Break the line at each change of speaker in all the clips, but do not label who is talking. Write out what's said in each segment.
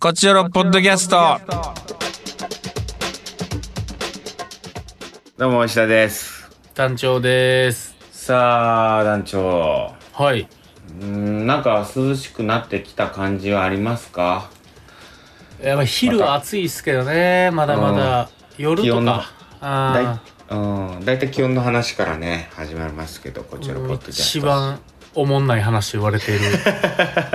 こちらのポッドキャスト。
どうも石田です
団長です。
さあ団長
はい。
うーんなんか涼しくなってきた感じはありますか
やっぱ昼は暑いですけどね、まだまだ。夜
気
と
温の
か。あ
だいうん大体気温の話からね始まりますけどこちらポッド
ー
キャ
一
スト
番おもんない話言われて いる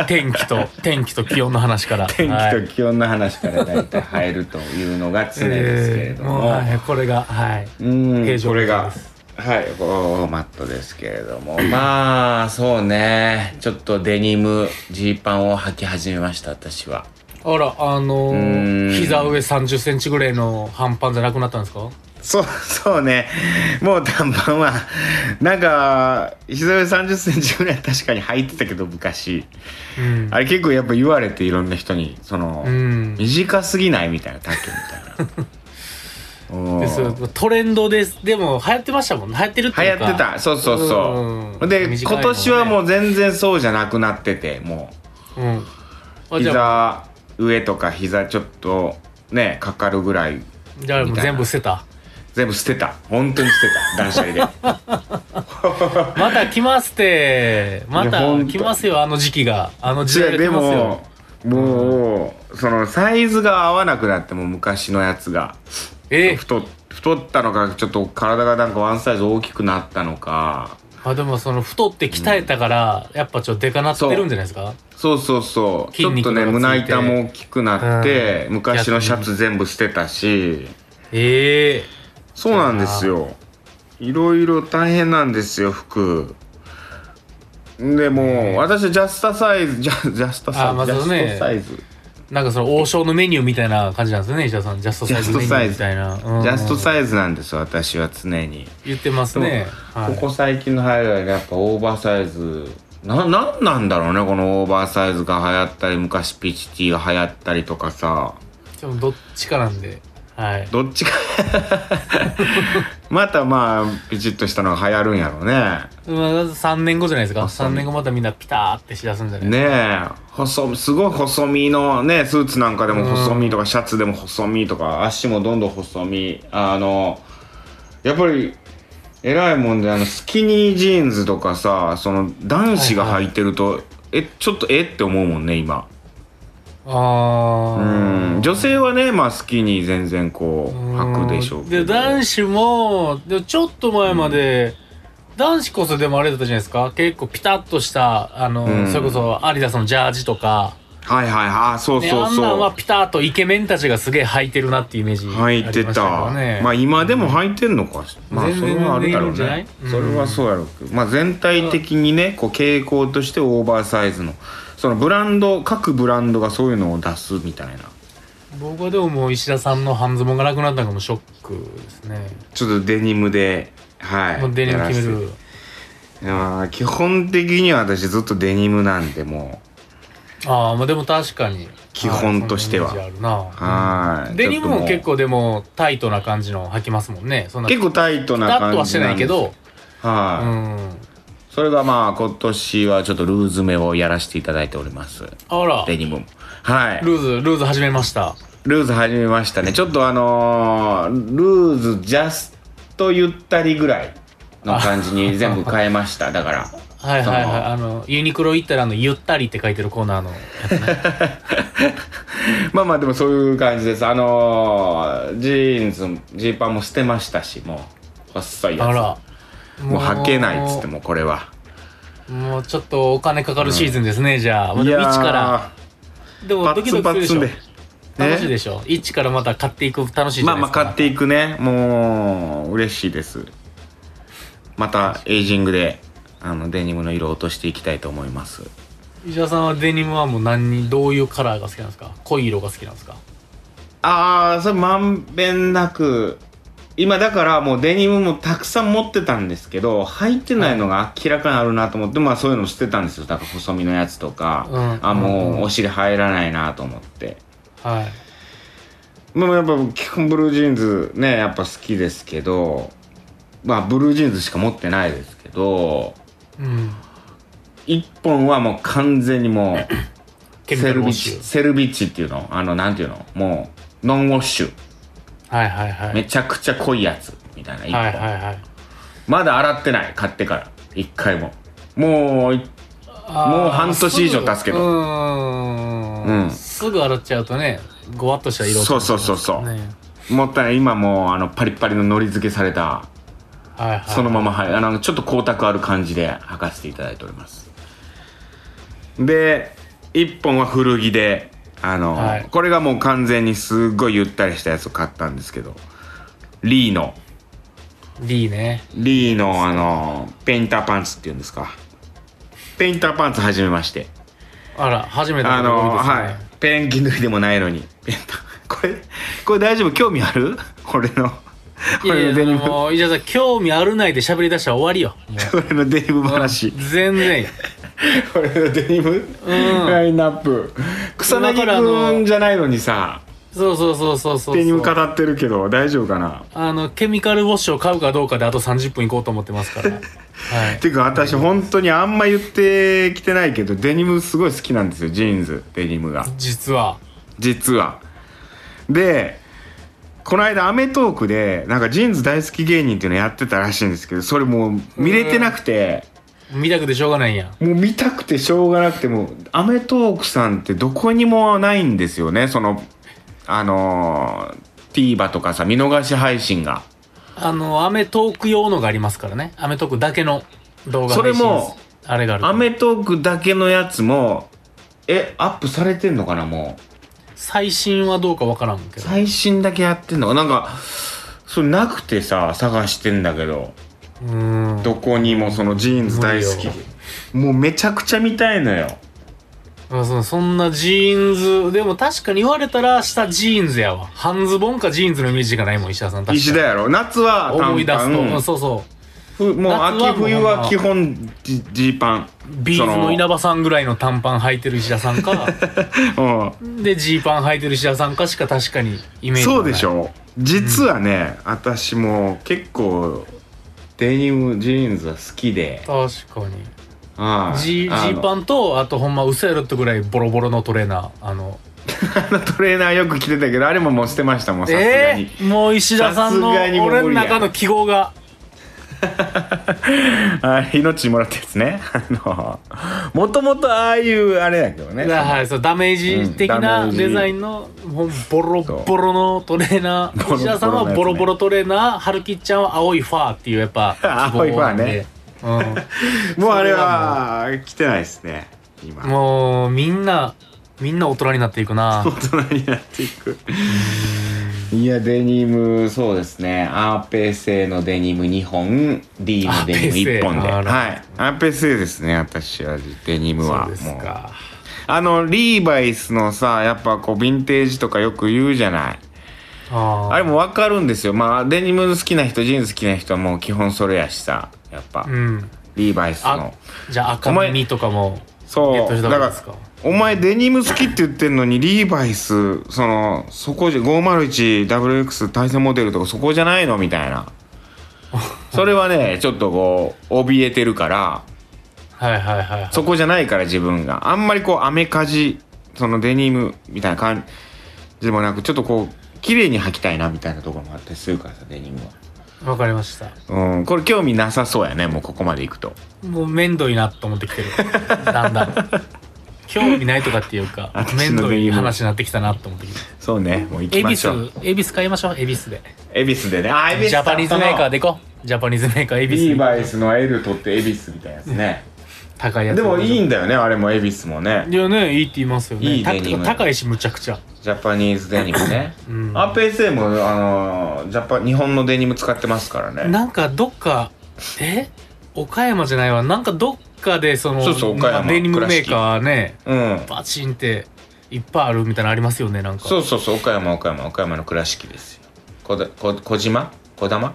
天気と天気と気温の話から
天
はい
気と気温の話から大体入るというのが常ですけれども、
えーうはいこれがはいう
ー
平
ん
常
これが
で
はいフォーマットですけれどもまあそうねちょっとデニムジーパンを履き始めました私は
あらあの
う
ー
ーん
膝上3 0ンチぐらいの半パンじゃなくなったんですか
そう、 そうね。もう短パンは、なんか、膝上30センチぐらい確かに履いてたけど、昔。
うん
あれ結構やっぱ言われていろんな人に、その、
うん
短すぎないみたいな、丈みたい な。うん
ですトレンドですでも流行ってましたもんね流行ってるって
流
いうか
行ってた。そうそうそう。
うん
で、
短い
今
のね
年はもう全然そうじゃなくなってて、も
うん
う、
あじゃあ
膝上とか膝ちょっと、ね、かかるぐらい
じゃあもう全部捨てた
全部捨てた本当に捨てた断捨離で
また来ますってま
いやほん
た
と
来ますよあの時期があの時
いや
代が
で
来ます
も
よ
もうそのサイズが合わなくなってもう昔のやつが
え
太っ太ったのかちょっと体がなんかワンサイズ大きくなったのか
あでもその太って鍛えたから、やっぱちょっとでかなってるんじゃないですか
そうそうそうち
筋
ょっ
肉
とね
がついて
胸板も大きくなって、
うん
昔のシャツ全部捨てたし
ええ
そうなんですよいろいろ大変なんですよ服でもう、私はジャスタサイズジャジャスタサイ
あ
ズ、
まあ
ジャ
そうね
ストサイズ
なんかその王将のメニューみたいな感じなんですよね石田さんジャストサイズのメニューみたいなうん
ジャストサイズなんですよ私は常に。
言ってますね、はい、
ここ最近の流行りはやっぱオーバーサイズななんなんだろうねこのオーバーサイズが流行ったり昔ピチティが流行ったりとかさ
でもどっちかなんではい
どっちか またまあピチッとしたのが流行るんやろうね
まあ3年後じゃないですか
あそう
3年後またみんなピターってしだすんじゃない、
ねえ細すごい細身のねスーツなんかでも細身とかシャツでも細身とか足もどんどん細身あのやっぱり偉いもんであのスキニージーンズとかさその男子が履いてると、えちょっとえって思うもんね今
あ
う
あ
ん女性はねまあスキニー全然こう履くでしょうけど
で男子もでちょっと前まで、男子こそでもあれだったじゃないですか結構ピタッとしたあの、
うん
それこそアリダスのジャージとか、
はいはいはいあそう
ね、
そう
あんなん
そ
は
う
ピタッとイケメンたちがすげえ履いてるなっていうイメージ
履いてた
ありましたけどね
まあ今でも履いてんのか、まあ
全
そ
然
れはあるだろう
全然いるんじゃない
ね
うん
それはそうやろうけど、まあ、全体的にねこう傾向としてオーバーサイズのそのブランド各ブランドがそういうのを出すみたいな
僕はでももう石田さんの半ズボンがなくなったのもショックですね、
ちょっとデニムではい
もうデニム決
やら
め
せ
る
ていやー基本的には私ずっとデニムなんでも
ああまあでも確かに
基本としては
はいそんなイメージある
う
な
はーい
デニムも
ちょっ
結
と
構でもタイトな感じの履きますもんねそんな
結構タイト
ピ
な
タ
感じ
ッとはしてないけ
んで
ど
すはい、
うん
それがまあ今年はちょっとルーズめをやらせていただいております
あら
デニムもはい
ルーズ、ルーズ始めました。
ルーズ始めましたねちょっとあのールーズジャストゆったりぐらいの感じに全部変えましただから
はいはい
そ
はい。
の
あの、ユニクロ行ったら、あの、ゆったりって書いてるコーナーのやつね。
まあまあでもそういう感じですあのージーンズジーパンも捨てましたしもう細い
あ
や
ら。
つもう履けないっつってもうこれは
もうちょっとお金かかるシーズンですね、じゃあ。まあ、
い
で
や
も一から。で
ーパ
もド
ッ
キ
ツ
ド
ンパ
キ
ッ
す
ツン
るで
で
しょ。
ね
楽しいでしょ。一からまた買っていく楽しいじ
まあ
ゃない
ま
で
すあ
か。
買っていくねもう嬉しいですまたエイジングであのデニムの色を落としていきたいと思います
石田さんはデニムはもう何に、どういうカラーが好きなんですか濃い色が好きなんですか
ああそれまんべんなく今だからもうデニムもたくさん持ってたんですけど履いてないのが明らかにあるなと思って、まあそういうのしてたんですよだから細身のやつとか、
うん
あもううんお尻入らないなと思って、
はい。
まあやっぱ基本ブルージーンズねやっぱ好きですけどまあブルージーンズしか持ってないですけど
うん。
一本はもう完全にもう
ケミカ
セル
ルウォ
ビ
ッ
ッ
シ
チ
ュ。
セルビッチっていうのあのなんていうのもうノンウォッシュ
はいはいはい。
めちゃくちゃ濃いやつみたいな一個、
はいはいはい。
まだ洗ってない買ってから一回ももういもう半年以上経つけど
ど。うー。
うんん
すぐ洗っちゃうとね、ごわっとした色
そうそうそうそう
ね
もったいない今もうあのパリッパリの海苔漬けされた
はいはい。
そのままはいあのちょっと光沢ある感じで履かせていただいておりますで1本は古着であの、
はい
これがもう完全にすっごいゆったりしたやつを買ったんですけどリーの
D ね。
リーのあのペインターパンツっていうんですかペインターパンツ始めまして
あら、初めて
あのはい
い。
ペンギ縫いでもないのに ペンタこれこれ大丈夫興味ある俺の
いやい
俺
や
のデニム
もう、伊沢さん、興味あるないで喋り出したら終わりよ。
俺のデニム話
全然よ。
俺のデニム、ラインナップ草
だ
薙
からあの
くんじゃないのにさ
そうそうそうそうそう。
デニム語ってるけど大丈夫かな
あの、ケミカルウォッシュを買うかどうかであと30分行こうと思ってま すから。はい
て。いうか私本当にあんま言ってきてないけどデニムすごい好きなんですよジーンズデニムが
実は。
実はでこの間『アメトーーク』でなんかジーンズ大好き芸人っていうのやってたらしいんですけどそれもう見れてなくて
見たくてしょうがないんや。
もう見たくてしょうがなくてもう『アメトーーク』さんってどこにもないんですよねそのあのー、TVer とかさ見逃し配信が
あの、アメトーク用のがありますからね。アメトークだけの動画
それ
配信
も
あれが
『
ある。
アメトーーク』だけのやつもえアップされてんのかなもう
最新はどうかわからんけど。
最新だけやってんのかなんかそれなくてさ探してんだけど
うーん。
どこにもそのジーンズ大好き
無理
もうめちゃくちゃ見たいのよ
まあそのそんなジーンズ、でも確かに言われたら下ジーンズやわ。半ズボンかジーンズのイメージがないもん、石田さん。確かに
石田やろ夏は
思い
短パ
出すと。うん
ン
そうそ
ふもう
夏は
秋
もう
冬は基本ジジーパン
う。ビーズの稲葉さんぐらいの短パン履いてる石田さんか、
うん
で、ジーパン履いてる石田さんかしか確かにイメージがない。
そうでしょ実はね、私も結構デニムジーンズは好きで
確かに。
あ
ジジーパ
ン
ンと、あとほんま、うそやろってぐらいボロボロのトレーナー。あの、
トレーナーよく着てたけどあれももう捨てましたもんさすがに
え、ーもう石田さんの
さすがにもう無
俺
理
の中の記号が
あれ命もらったやつね あのもともとああいうあれだけどね
はいそうダメージ的
う
なん
ダメージ
デザインのもうボロ
そう
ボロのトレーナー
ボロボロのやつ
石
ね
田さんはボロボロトレーナー春樹ちゃんは青いファーっていうやっ ぱ
青いファーね
希望なんで、
もうあれは来てないですね今
うん、もうみんなみんな大人になってい くな
大人になっていくいやデニムそうですねアーペー製のデニム2本 D のデニム1本で
アーペー製あら
はいアーペー製ですね私はデニム
そ
は
うです
もう
か
あのリーバイスのさやっぱこうヴィンテージとかよく言うじゃない
あ
あれも分かるんですよまあデニム好きな人ジーンズ好きな人はもう基本それやしさやっぱ、
ーうん
リーバイス
あ
の
じゃあ赤
お前
耳とかもゲッ
そ
トし
うだか
た方がいい
ら
ですか
お前デニム好きって言ってんのにリーバイスそのそこじゃ 501WX 対戦モデルとかそこじゃないのみたい なそれはねちょっとこう怯えてるから
はいはいはいはい
そこじゃないから自分があんまりこうアメカジそのデニムみたいな感じでもなくちょっとこう綺麗に履きたいなみたいなところもあってするからさデニム
わかりました
はうんこれ興味なさそうやねもうここまでいくと
もう面倒いなと思ってきてるだ んだん興味ないとかっていうか
私の
面倒い
電話
話になってきたなと思ってきてる
そうねもう行
恵
きま
比
しょう
寿恵比寿買いましょう恵比寿で
恵比寿でねあ恵比寿
ジャパニーズメーカー
で
で行こうジャパニーズメーカー恵比
リー
寿
バイスの L 取って恵比寿みたいなやつね
高いやつ
でもいいんだよねあれも恵比寿もね
いやねいいって言いますよね
いい
た
デニム
高いしむちゃくちゃ
ジャパニーズデニムね、
うん
アペーセもあのージャパ日本のデニム使ってますからね
なんかどっかえ岡山じゃないわなんかどっかでその
そうそう岡山
デニムメーカーね
うん
バチンっていっぱいあるみたいなのありますよねなんか
そうそうそう岡山岡山岡山の倉敷ですよこだこ小島小玉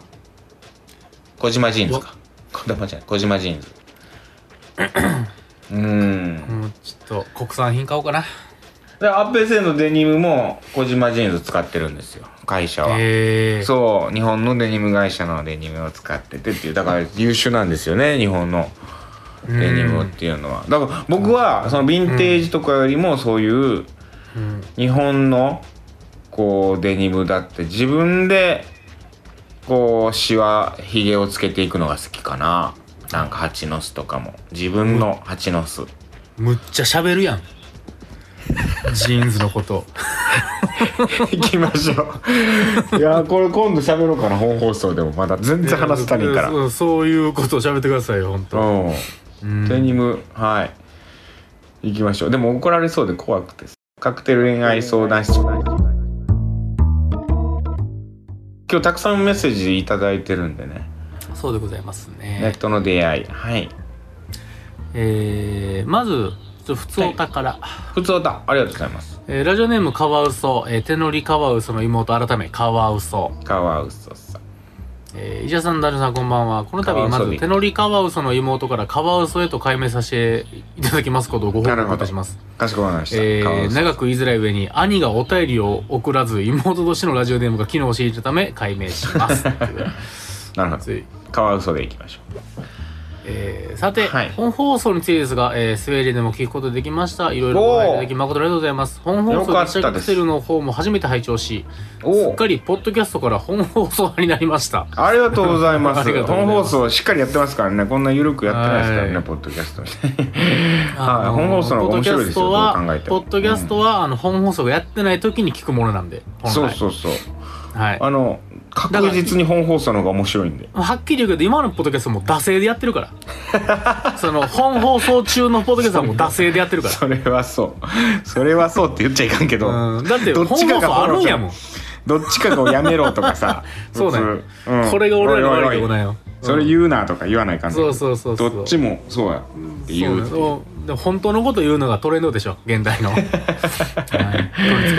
小島ジーンズか小玉じゃない小島ジーンズうーん
もうちょっと国産品買おうかな
でアペーセのデニムも小島ジーンズ使ってるんですよ会社は
へえ
そう日本のデニム会社のデニムを使っててっていうだから優秀なんですよね日本の
ん
デニムっていうのはだから僕はそのヴィンテージとかよりもそういう
うん
日本のこうデニムだって自分でこうシワひげをつけていくのが好きかななんか蜂の巣とかも自分の蜂の巣
むっちゃ喋る やんジーンズのこと
行きましょういやーこれ今度喋ろうかな本放送でもまだ全然話したりから
そうそういうことを喋ってくださいよ本当
うん
うん
デニムはい行きましょうでも怒られそうで怖くてカクテル恋愛相談室今日たくさんメッセージいただいてるんでね
そうでございますね
ネットの出会いはい
えー、まずちょっと普通おから、
普通だありがとうございます
えーラジオネームカワウソ、えー手乗りカワウソの妹改めカワウソ
カワウソさん
えー、医者さん、ダルさん、こんばんは。この
カワ
度、
ウソ
ま
に
ず、手乗りカワウソの妹からカワウソへと改名させていただきますことをご報
なる
告
ほ
い
ど
たします。
かしこまりました、
え
カワ
ー
ウソ
長く言いづらい上に、兄がお便りを送らず、妹としてのラジオネームが機能していたため、改名し ます。
なるほどカワウソでいきましょう
えーさて、
はい
本放送についてですが、えースウェーデンでも聞くことできました。いろいろご覧いただき誠にありがとうございます。本放
よ
送
か
で
っ
シャ
た
カ
で
ク
す
セルの方も初めて拝聴し、す
お
っ
お
かりポッドキャストから本放送になりました。
ありがとうございま
ありが
す
とうござい
本
ます
放送しっかりやってますからねこんな緩くやってないですからね、
はい
ポッドキャストね
あ
はい本放送の方が面白いですよ
ポッドキャストは
どう考えても
ポッドキャストは、あの、本放送がやってない時に聞くものなんで、本来
そうそうそう
はい。
あの確実に本放送の方が面白いんで
はっきり言うけど、今のポッドキャストも惰性でやって るから。その、本放送中のポッドキャストはもう惰性でやってるか
それはそうそれはそうって言っちゃいかんけど、
ら。うん。だって、
ど
本
っ
放
ちかが
送あるんやもん。
どっちかをやめろとかさ
そうだよ
普通うん
これが俺らの悪いとこなん
おいおい
よ。
おいそれ言うなとか言わないかんね
そうそうそうそう
どっちもそうやって言うっていう
そうねでも本当のこと言うのがトレンドでしょ、現代の。はい。取り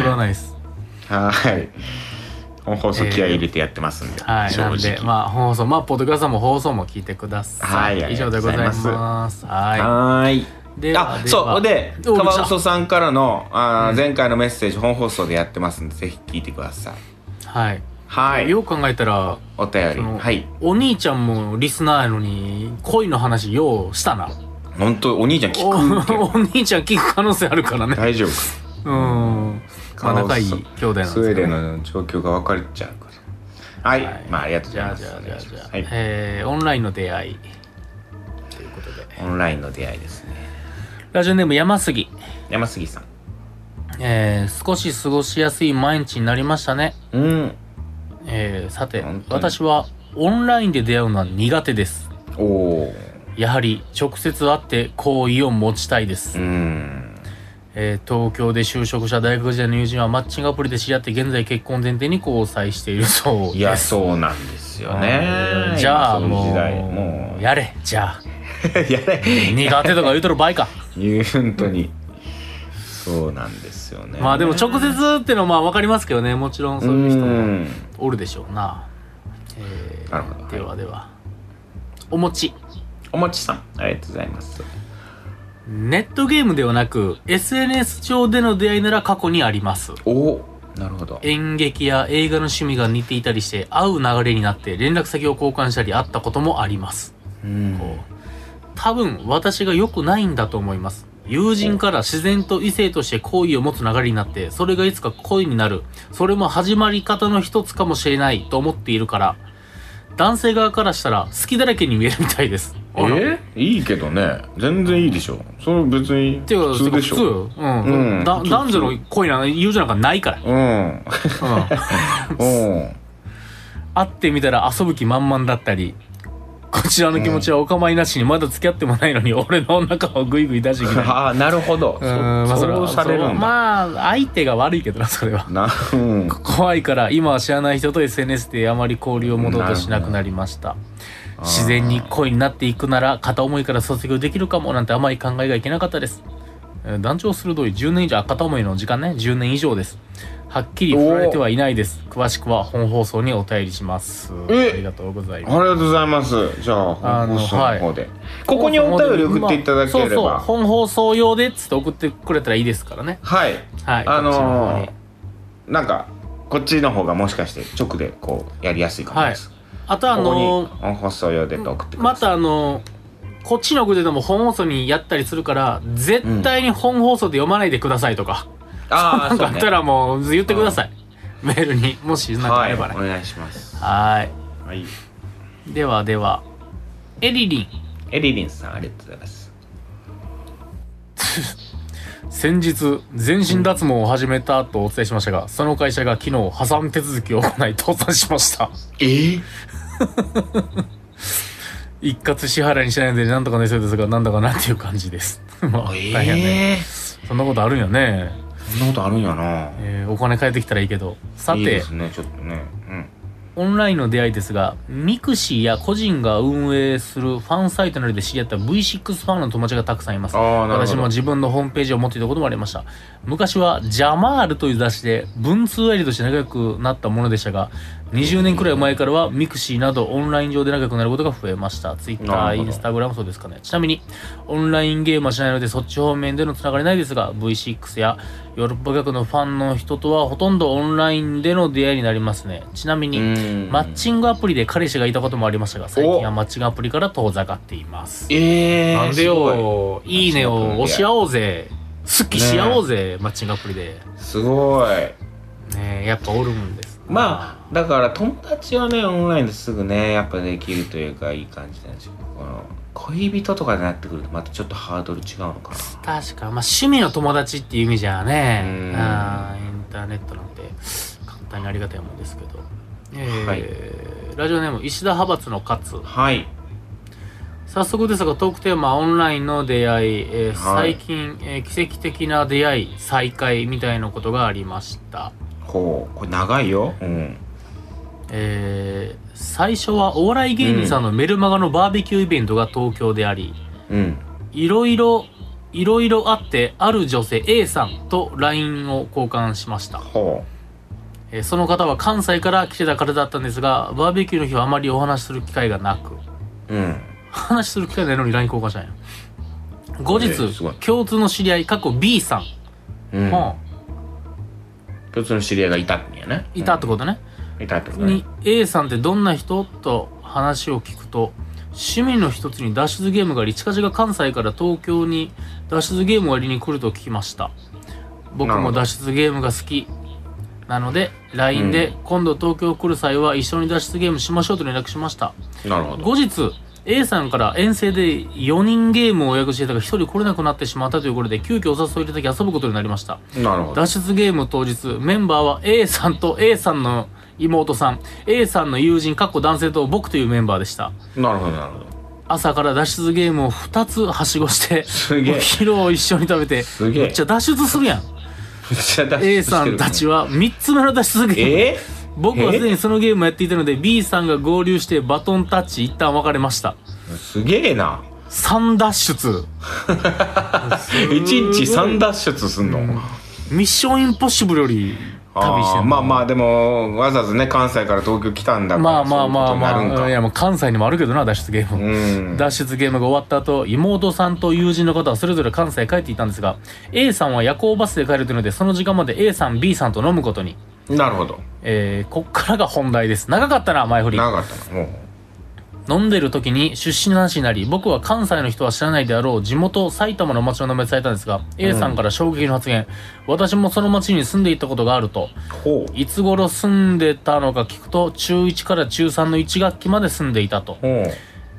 繕わないです。
はい本放送気合い入れてやってますんで、
はい、
正直
なんで、まあ、放送、まあ、ポッドキャストも放送も聞いてください。
はい
以上でござい
ありがとうござい
ます。は
はーい
い。では
あそうでカ
おびっくりした
ワウソさんからのあー、前回のメッセージ本放送でやってますんでぜひ聞いてください
はい。
はい
よく考えたら、
お便
そ
り
の
はい
お兄ちゃんもリスナーやのに、恋の話ようしたな。
本当お兄ちゃん
おお
聞くけど
兄ちゃん聞く可能性あるから ね。
大丈夫か
うん。まあ、仲いい兄弟なんで
ス
すけ
ウ
ど
ェー
ね
デンの状況が分かれちゃうからはい、
はい
まあありがとうご
じ
ざい
ゃあ
ます
じゃあじゃあじゃあ、
はい
えーオンラインの出会いということで
オンラインの出会いですね
ラジオネーム山杉、
山杉さん
えー、少し過ごしやすい毎日になりましたね、
うん
えー、さて
本当に
私はオンラインで出会うのは苦手です
おお
やはり直接会って好意を持ちたいです、
うん
えー東京で就職した大学時代の友人はマッチングアプリで知り合って現在結婚前提に交際しているそうです
いやそうなんですよ
え
ね
ーじゃあ
今その
も
時代
う
もうや
やれじゃあ
れ
苦手とか言うとる場合 か
いや本当にそうなんですよね
まあでも直接ってのはまあ分かりますけどねもちろんそういう人
う
も
ん
おるでしょうな、えー
なるほど
ではではお餅
おもちさんありがとうございます
ネットゲームではなく SNS 上での出会いなら過去にあります
おおなるほど
演劇や映画の趣味が似ていたりして会う流れになって連絡先を交換したり会ったこともあります
うん
こう多分私が良くないんだと思います友人から自然と異性として好意を持つ流れになってそれがいつか恋になるそれも始まり方の一つかもしれないと思っているから男性側からしたら好きだらけに見えるみたいです
えいいけどね全然いいでしょそれ別に
ていうか
普通でし
普通
ょ
ようん、
うん
だ
普通
男女の恋なんか友情なんかないから、
うん
うん、
うん
会ってみたら遊ぶ気満々だったりこちらの気持ちはお構いなしにまだ付き合ってもないのに俺のお腹をグイグイ出してき たり
ああなるほど
うんまあそれは
そうされる
そうん
だ
まあ相手が悪いけどなそれは
なうん
怖いから今は知らない人と SNS であまり交流を戻ろうとしなくなりました自然に恋になっていくなら片思いから卒業できるかもなんてあまり考えがいけなかったですえー団長鋭い10年以上あ片思いの時間ね10年以上ですはっきり振られてはいないです詳しくは本放送にお便りしますあ
え
りがとうござい
あり
ます
がとうございますじゃあ
あの
放送の方でここにお便り送っていただけれ
そうそう
ば
本放送用でっつって送ってくれたらいいですからね
はい
はい
あ
こっち方
の
に
ーなんかこっちの方がもしかして直でこうやりやすいかもです
あとあ
ここ
の
に放送用でと送ってく
ま
ださい
たあのこっちの国でも本放送にやったりするから絶対に本放送で読まないでくださいとか、
ああ
なんかあったらもう言ってください、メールにもしなんかあ
はい
れ
お
ばね
願いします
はい
はい
ではではエリリン
エリリンさんありがとうございます
先日全身脱毛を始めたとお伝えしましたが、その会社が昨日破産手続きを行い倒産しました
え
一括支払いにしないのでなんとかねそうですがなんだかなっていう感じです まあ
え
大変ね
え
そんなことあるんやね、
そんなことあるんやな
えーお金返ってきたらいいけどさて
いいですねちょっとねうん
オンラインの出会いですが、ミクシーや個人が運営するファンサイトなどで知り合った V6 ファンの友達がたくさんいます。
あーなるほど
私も自分のホームページを持っていたこともありました。昔はジャマールという雑誌で文通やりとして仲良くなったものでしたが、20年くらい前からはミクシーなどオンライン上で仲良くなることが増えました。
な
Twitter、
るほど
Instagram そうですかね。ちなみに、オンラインゲームはしないのでそっち方面でのつながりないですが、V6 やヨーロッパ各のファンの人とはほとんどオンラインでの出会いになりますね。ちなみに、
うん
マッチングアプリで彼氏がいたこともありましたが最近はマッチングアプリから遠ざかっています
ええ
なんでよ
ごい
いいねを押し合おうぜ好きし合おうぜ、マッチングアプリで
すごい
ねえやっぱおるもんです
まあだから友達はねオンラインですぐねやっぱできるというかいい感じなんですよこの恋人とかになってくるとまたちょっとハードル違うのか
あ確かまあ趣味の友達っていう意味じゃね
うん
あーインターネットなんて簡単にありがたいもんですけど、えー
はい
ラジオネーム石田派閥の勝
なはい
早速ですがトークテーマはオンラインの出会い、えー
はい
最近、えー奇跡的な出会い再会みたいなことがありました、
ほうこれ長いようん
えー最初はお笑い芸人さんのメルマガのバーベキューイベントが東京であり、
うん
いろいろいろいろあってある女性 A さんと LINE を交換しました、
ほ
えーその方は関西から来てた方だったんですがバーベキューの日はあまりお話しする機会がなく
ううん
話する機会ないのに LINE 交換したんや後日、
えーすごい
共通の知り合い過去 B さん
うん
も
共通の知り合いがいたんやね
いたってことね、
うんいたってことね
に A さんってどんな人と話を聞くと趣味の一つに脱出ゲームがあり近々関西から東京に脱出ゲームをやりに来ると聞きました僕
なる
も
ほど
脱出ゲームが好きなので LINE で今度東京来る際は一緒に脱出ゲームしましょうと連絡しました
なるほど
後日 A さんから遠征で4人ゲームを予約していたが1人来れなくなってしまったということで急遽お誘いいただき遊ぶことになりました
なるほど
脱出ゲーム当日メンバーは A さんと A さんの妹さん A さんの友人かっこ男性と僕というメンバーでした
なるほどなるほど
朝から脱出ゲームを2つはしごして
すげえ
お昼を一緒に食べて
すげえ
めっちゃ脱出するやん
めっちゃ脱出してる
A さんたちは3つ目の脱出ゲーム
え
僕はすでにそのゲームをやっていたので B さんが合流してバトンタッチ一旦別れました
ー、すげえな
3脱出
一日三脱出すんの、
ミッションインポッシブルより旅して
あー
んの
まあまあでもわざわざね関西から東京来たんだから
まあまあまあ
そういうことになるん
ま
か
あいやもう関西にもあるけどな脱出ゲーム
うん
脱出ゲームが終わった後妹さんと友人の方はそれぞれ関西へ帰っていたんですが A さんは夜行バスで帰るというのでその時間まで A さん B さんと飲むことに、
なるほど
えー、こっからが本題です長かったな前振り
長かったなもう
飲んでる時に出身の話になり僕は関西の人は知らないであろう地元埼玉の町の名前されたんですが、A さんから衝撃の発言私もその町に住んでいたことがあると
ほう
いつ頃住んでたのか聞くと中1から中3の1学期まで住んでいたと
ほ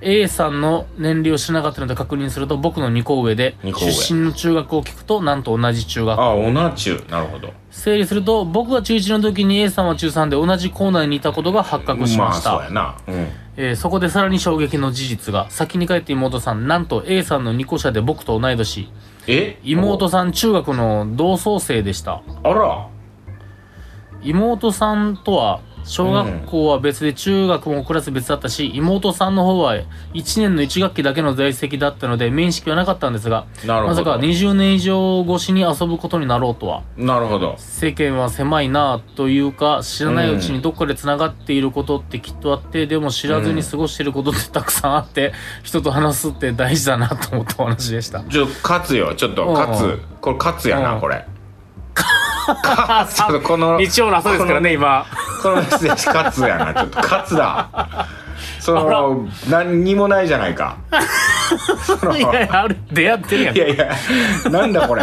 A さんの年齢を知らなかったので確認すると僕の2校上で
二校上
出身の中学を聞くとなんと同じ中学
ああオナチュなるほど
整理すると僕が中1の時に A さんは中3で同じ校内にいたことが発覚しました、
あそうやなうん
えーそこでさらに衝撃の事実が先に帰って妹さんなんと A さんの2校舎で僕と同い年
え
妹さん中学の同窓生でした
あら
妹さんとは小学校は別で中学もクラス別だったし、妹さんの方は1年の1学期だけの在籍だったので面識はなかったんですが
なる
ま
ほ
さ
ど
か20年以上越しに遊ぶことになろうとは
なるほど
世間は狭いなあというか知らないうちにどっかでつながっていることってきっとあって、でも知らずに過ごしていることってたくさんあって、人と話すって大事だなと思ったお話で した
ちょ勝つよちょっと勝
うん
つこれ勝つや
うん
なこれちょっとこ の
日曜の朝ですからね今
このメッセージ勝つやなちょっと勝つだその何にもないじゃないか
いやいやある出会ってるやん
いやいやなんだこれ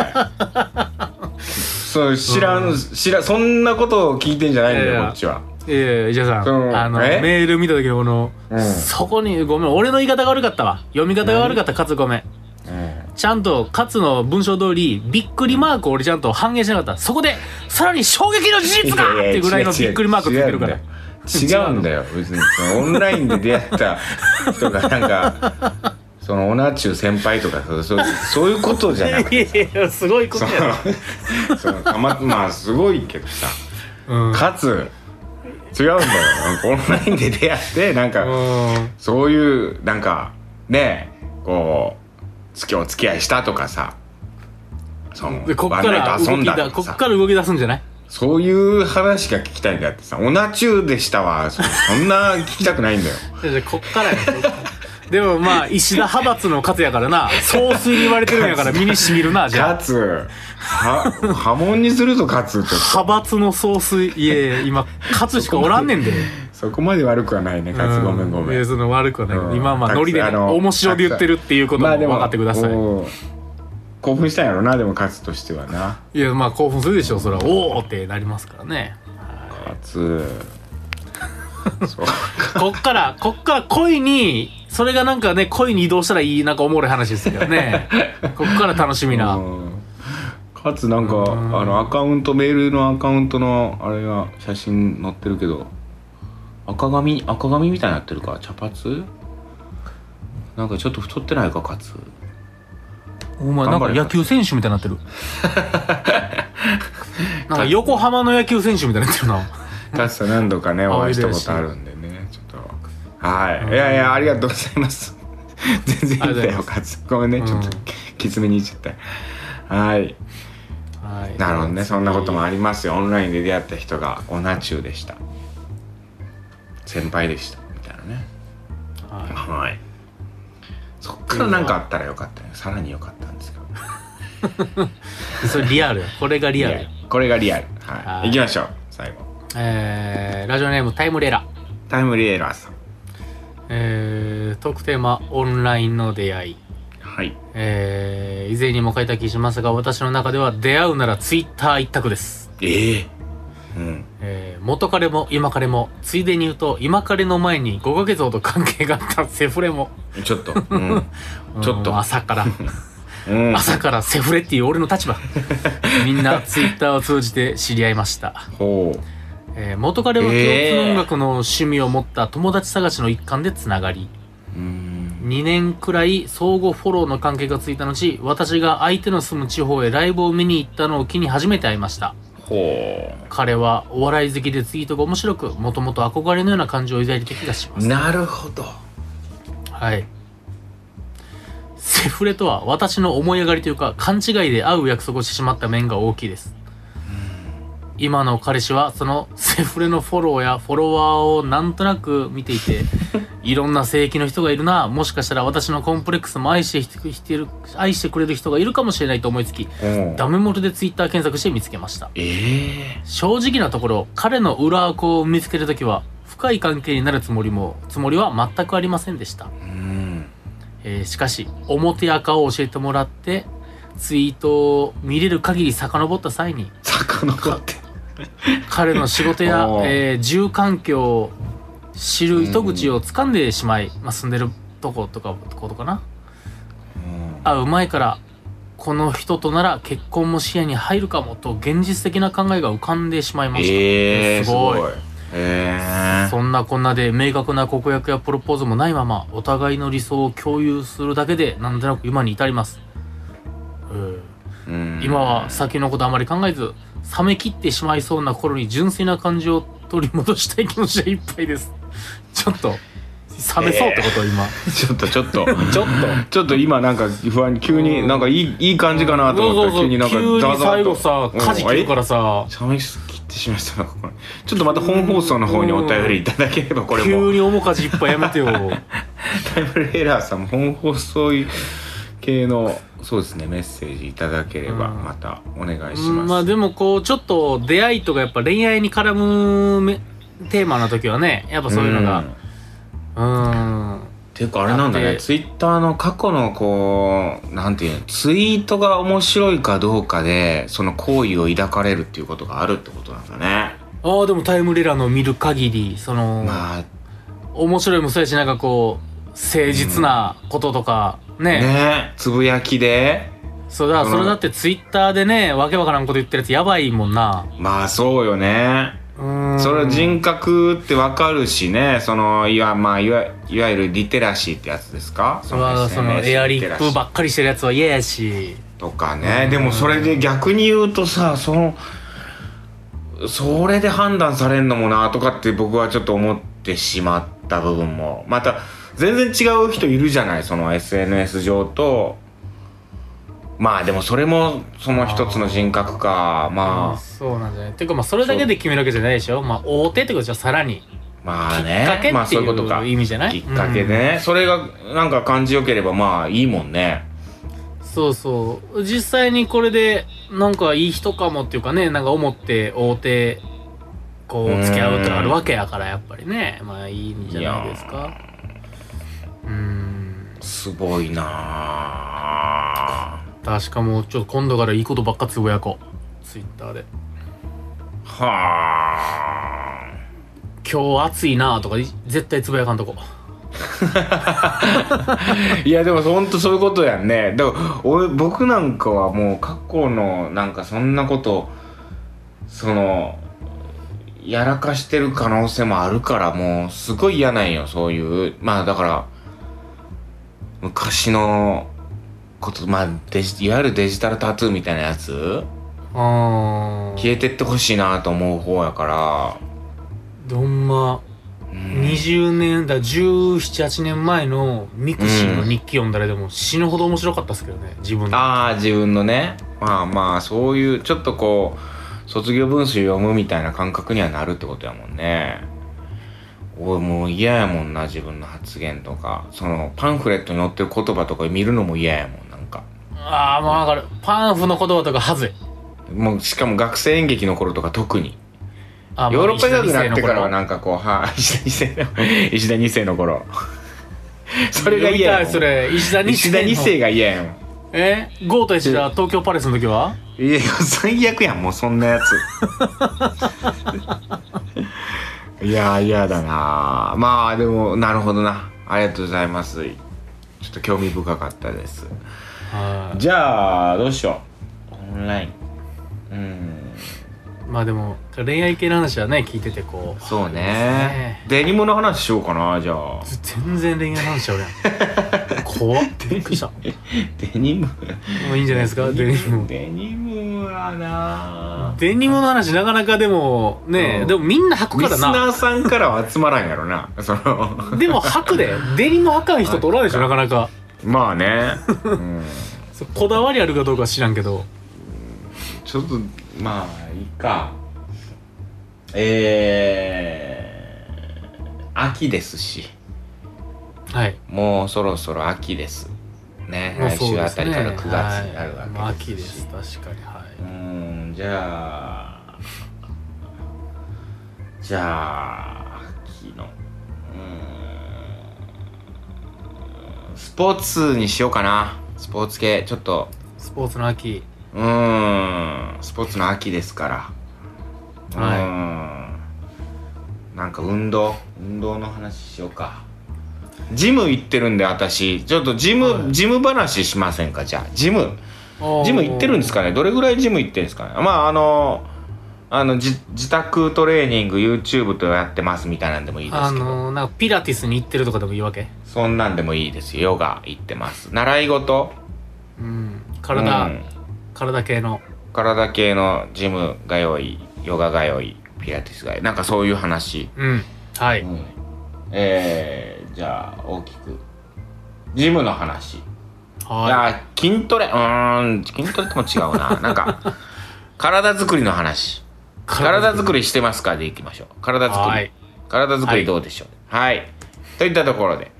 そう知らん、知らそんなことを聞いてんじゃないんだ
いやい
よ
や
こっちは
えや石田さん、
うん
あの
え
メール見た時のこの、
うん
そこにごめん俺の言い方が悪かったわ読み方が悪かった勝ごめんちゃんと勝の文章通りびっくりマーク俺ちゃんと反映しなかったそこでさらに衝撃の事実がっていうぐらいのびっくりマークついてるか
違
ら
うんだよ違うんだよ別にそのオンラインで出会った人がなんかそのオナチュー先輩とかそうそうそういうことじゃなくて
いやいやすごいことや ろ
そのたままあすごいけどさ
うん
かつ違うんだよなんかオンラインで出会ってなんか、
うん
そういうなんかねこう付きお付き合いしたとかさその
でこっ
ワ
か
ンナ
ら
イト
動
遊ん
き
だ
だ
と
こ
か
っ
さ
から動き出すんじゃない
そういう話が聞きたいんだってさ「オナチューでしたわ」そそんな聞きたくないんだよ
いやいやこっからやでもまあ石田派閥の勝やからな総帥に言われてるんやから身にしみる なじゃあ
かつは波紋にするとかつちょっと
派閥の総帥いやいや今勝しかおらんねんで
そこまで悪くはないねかつごめんご
い
めん
やその悪くはない、
うん
今はまあ
勝
ノリでね
あの
面白で言ってるっていうことも
まあ
分
でも
かってください、
うん興奮したんやろなでも勝としてはない
やまあ興奮するでしょそれはおおってなりますから ね
勝 そう
こっからこっから恋にそれがなんかね恋に移動したらいいなんかおもろい話ですけど ねこっから楽しみな、
うんかつなんか
うん
あのアカウントメールのアカウントのあれが写真載ってるけど赤髪赤髪みたいになってるか茶髪なんかちょっと太ってないかかつ
お前な
頑
んか
張れ
野球選手みたいになって るなんか横浜の野球選手みたいになってるな
かつさん何度かねお会いしたこ
あ嬉しい
とあるんでねちょっとはいいやいやありがとうございます 全然いいん
あり
だ
がと
よ
うございます
かつごめんねちょっと
うん
きつめに言っちゃったはい
はい
なるほどねそんなこともありますよオンラインで出会った人がオナチューでした先輩でしたみたいなね
は
はいそっから何かあったらよかったねさらによかったんですけど
いそれリアルやこれがリアルや
これがリアル
は
はいい行きましょう最後
えー、ラジオネームタイムレラ
タイムリーエラーさん
えー、トークテーマオンラインの出会い
はい
えー、以前にも書いた気しますが私の中では出会うならツイッター一択です、
ええうん
えー、元彼も今彼もついでに言うと今彼の前に5ヶ月ほど関係があったセフレも
ちょ っとうんちょっと
うん 朝から
うん
朝からセフレっていう俺の立場みんなツイッターを通じて知り合いました、
ほ
えー元彼は共通音楽の趣味を持った友達探しの一環でつながり
ううん
2年くらい相互フォローの関係がついた後私が相手の住む地方へライブを見に行ったのを機に初めて会いました
ほ
彼はお笑い好きでツイートが面白くもともと憧れのような感情を抱いてた気がしま
う
す
なるほど
はいセフレとは私の思い上がりというか勘違いで会う約束をしてしまった面が大きいです今の彼氏はそのセフレのフォローやフォロワーをなんとなく見ていていろんな性域の人がいるなもしかしたら私のコンプレックスも愛してひてる愛してくれる人がいるかもしれないと思いつき
うん
ダメ元でツイッター検索して見つけました
ええ
正直なところ彼の裏アを見つけるときは深い関係になるつもりもつもりは全くありませんでした、
うん
えーしかし表垢を教えてもらってツイートを見れる限り遡った際に
遡って
彼の仕事や
おー、
えー住環境を知る糸口を掴んでしまい、まあ、住んでるとことかことかな
うん
会う前からこの人となら結婚も視野に入るかもと現実的な考えが浮かんでしまいました、
ええ
す
す
ごい
ごいええ
そんなこんなで明確な告白やプロポーズもないままお互いの理想を共有するだけでなんとなく今に至ります、うん
うん
今は先のことあまり考えず冷め切ってしまいそうな頃に純粋な感情を取り戻したい気持ちでいっぱいです ちょっと冷めそうってこと、今
ちょっとちょっと
ちょっ
ちょっと今なんか不安に急
う
に
ん
なんかいいいい感じかなと思ったら急になんか
急に
ザザッ
最後
と
さ火事切るからさ
寂し切ってしましたなここちょっとまた本放送の方にお便りいただければこれ
急
も
に面火事いっぱいやめてよ
タイムレーラーさんも本放送系のそうですねメッセージいただければ
うん
またお願いし
うんま
ま
あ
す
でもこうちょっと出会いとかやっぱ恋愛に絡むめテーマの時はねやっぱそういうのが
ん
うん
ていうかあれなんだ
だっ
ね
て
ツイッターの過去のこうなんていうのツイートが面白いかどうかでその好意を抱かれるっていうことがあるってことなんだね
ああでもタイムレラの見る限りその、
まあ
面白いもそうやしなんかこう誠実なこととか、ね
ねつぶやきで
そうだ
うん
それだってツイッターでねわけわからんこと言ってるやつやばいもんな
まあそうよね
うーん
それ人格ってわかるしねそのいわ,、まあ、いわいわゆるリテラシーってやつですか
それはその
SNS
エアリッ
テラシー
プばっかりしてるやつは嫌やし
とかねでもそれで逆に言うとさそのそれで判断されんのもなとかって僕はちょっと思ってしまった部分もまた全然違う人いるじゃないその SNS 上とまあでもそれもその一つの人格かま
そうなんじゃないていうかまあそれだけで決めるわけじゃないでしょまあ大手ってことじゃさらに
あまあ
きっかけ
ねまあ
って
そういうことか
いう意味じゃない
きっかけねそれがなんか感じよければまあいいもんね
そうそう実際にこれでなんかいい人かもっていうかねなんか思って大手こ
うーん
う付き合うってのあるわけやからやっぱりねまあいいんじゃないですかうーん
すごいなあ
確かもうちょっと今度からいいことばっかつぶやこうツイッターで
はあ
「今日暑いな」とかい絶対つぶやかんとこ
いやでもほんとそういうことやんねでも俺僕なんかはもう過去のなんかそんなことそのやらかしてる可能性もあるからもうすごい嫌なんよそういうまあだから昔のことまあデジいわゆるデジタルタトゥーみたいなやつ
あー
消えてってほしいなと思う方やから
どんま20年だ1718年前のミクシーの日記読んだらでも死ぬほど面白かったっすけどね自分の
ああ自分のねまあまあそういうちょっとこう卒業文集読むみたいな感覚にはなるってことやもんねおいもう嫌やもんな自分の発言とかそのパンフレットに載ってる言葉とか見るのも嫌やもんなんか
ああもうわかるパンフの言葉とかはずい
もうしかも学生演劇の頃とか特に
あ
ヨーロッパ大学になってからは
ん
なんかこうは 石田二世の石田二世の 頃それが嫌やもん
それ石田二世
石
の
田二世が嫌やもん
えゴーと石田東京パレスの時はい
や最悪やんもうそんなや ついや嫌だなまあでもなるほどなありがとうございますちょっと興味深かったです
は
じゃあどうしようオンラインうん
いまあでも恋愛系の話はね聞いててこう
そうねデニムの話しようかなじゃあ
全然恋愛の話俺やん怖っびっくりしたも
デニム
ういいんじゃないですかデニム
デニムはな
デニムの話なかなかでもね、
うん
でもみんな履く
リ
か
ス
ら
ナ
な
ーさんからは集まらんやろなその
でも履くでデニム履かん人とおらんでしょなかなか
まあね、うん
そうこだわりあるかどうかは知らんけど
ちょっとまあいいかえー、秋ですし
はい
もうそろそろ秋ですね
まあ
来週あたりから9月
そうですね
になる
はいまあ
わけ
秋
で
です
し、
す確かには
うーんじゃあじゃあ秋のうーんスポーツにしようかなスポーツ系ちょっと
いスポーツの秋
うーんスポーツの秋ですから
はいう
ーんなんか運動運動の話しようかジム行ってるんで私ちょっとジム、
はい
ジム話しませんかじゃあジムジム行ってるんですかねどれぐらいジム行ってるんですかねまああのあのじ自宅トレーニング YouTube とやってますみたいなんでもいいで
あ
すけど、
のなんかピラティスに行ってるとかでもいいわけ
そんなんでもいいですよヨガ行ってます習い事
うん体、
うん
体系の
体系のジムが良いヨガが良いピラティスが良いなんかそういう話、
うんはい、
うんえー、じゃあ大きくジムの話、い
は
やー筋トレうーん筋トレとも違う ななんか体作りの話
い
体作りしてますかでいきましょう体作り、
はい
体作りどうでしょうはい、といったところで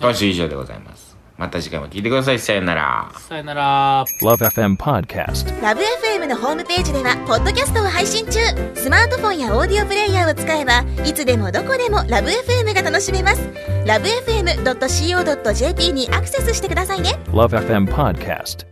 今週以上でございます、また次回も聞いてください。さよなら。
さよなら。
Love FM Podcast.
ラブ f m のホームページではポッドキャストを配信中スマートフォンやオーディオプレイヤーを使えばいつでもどこでもラブ f m が楽しめますラブ FM.co.jp にアクセスしてくださいね
Love FM Podcast.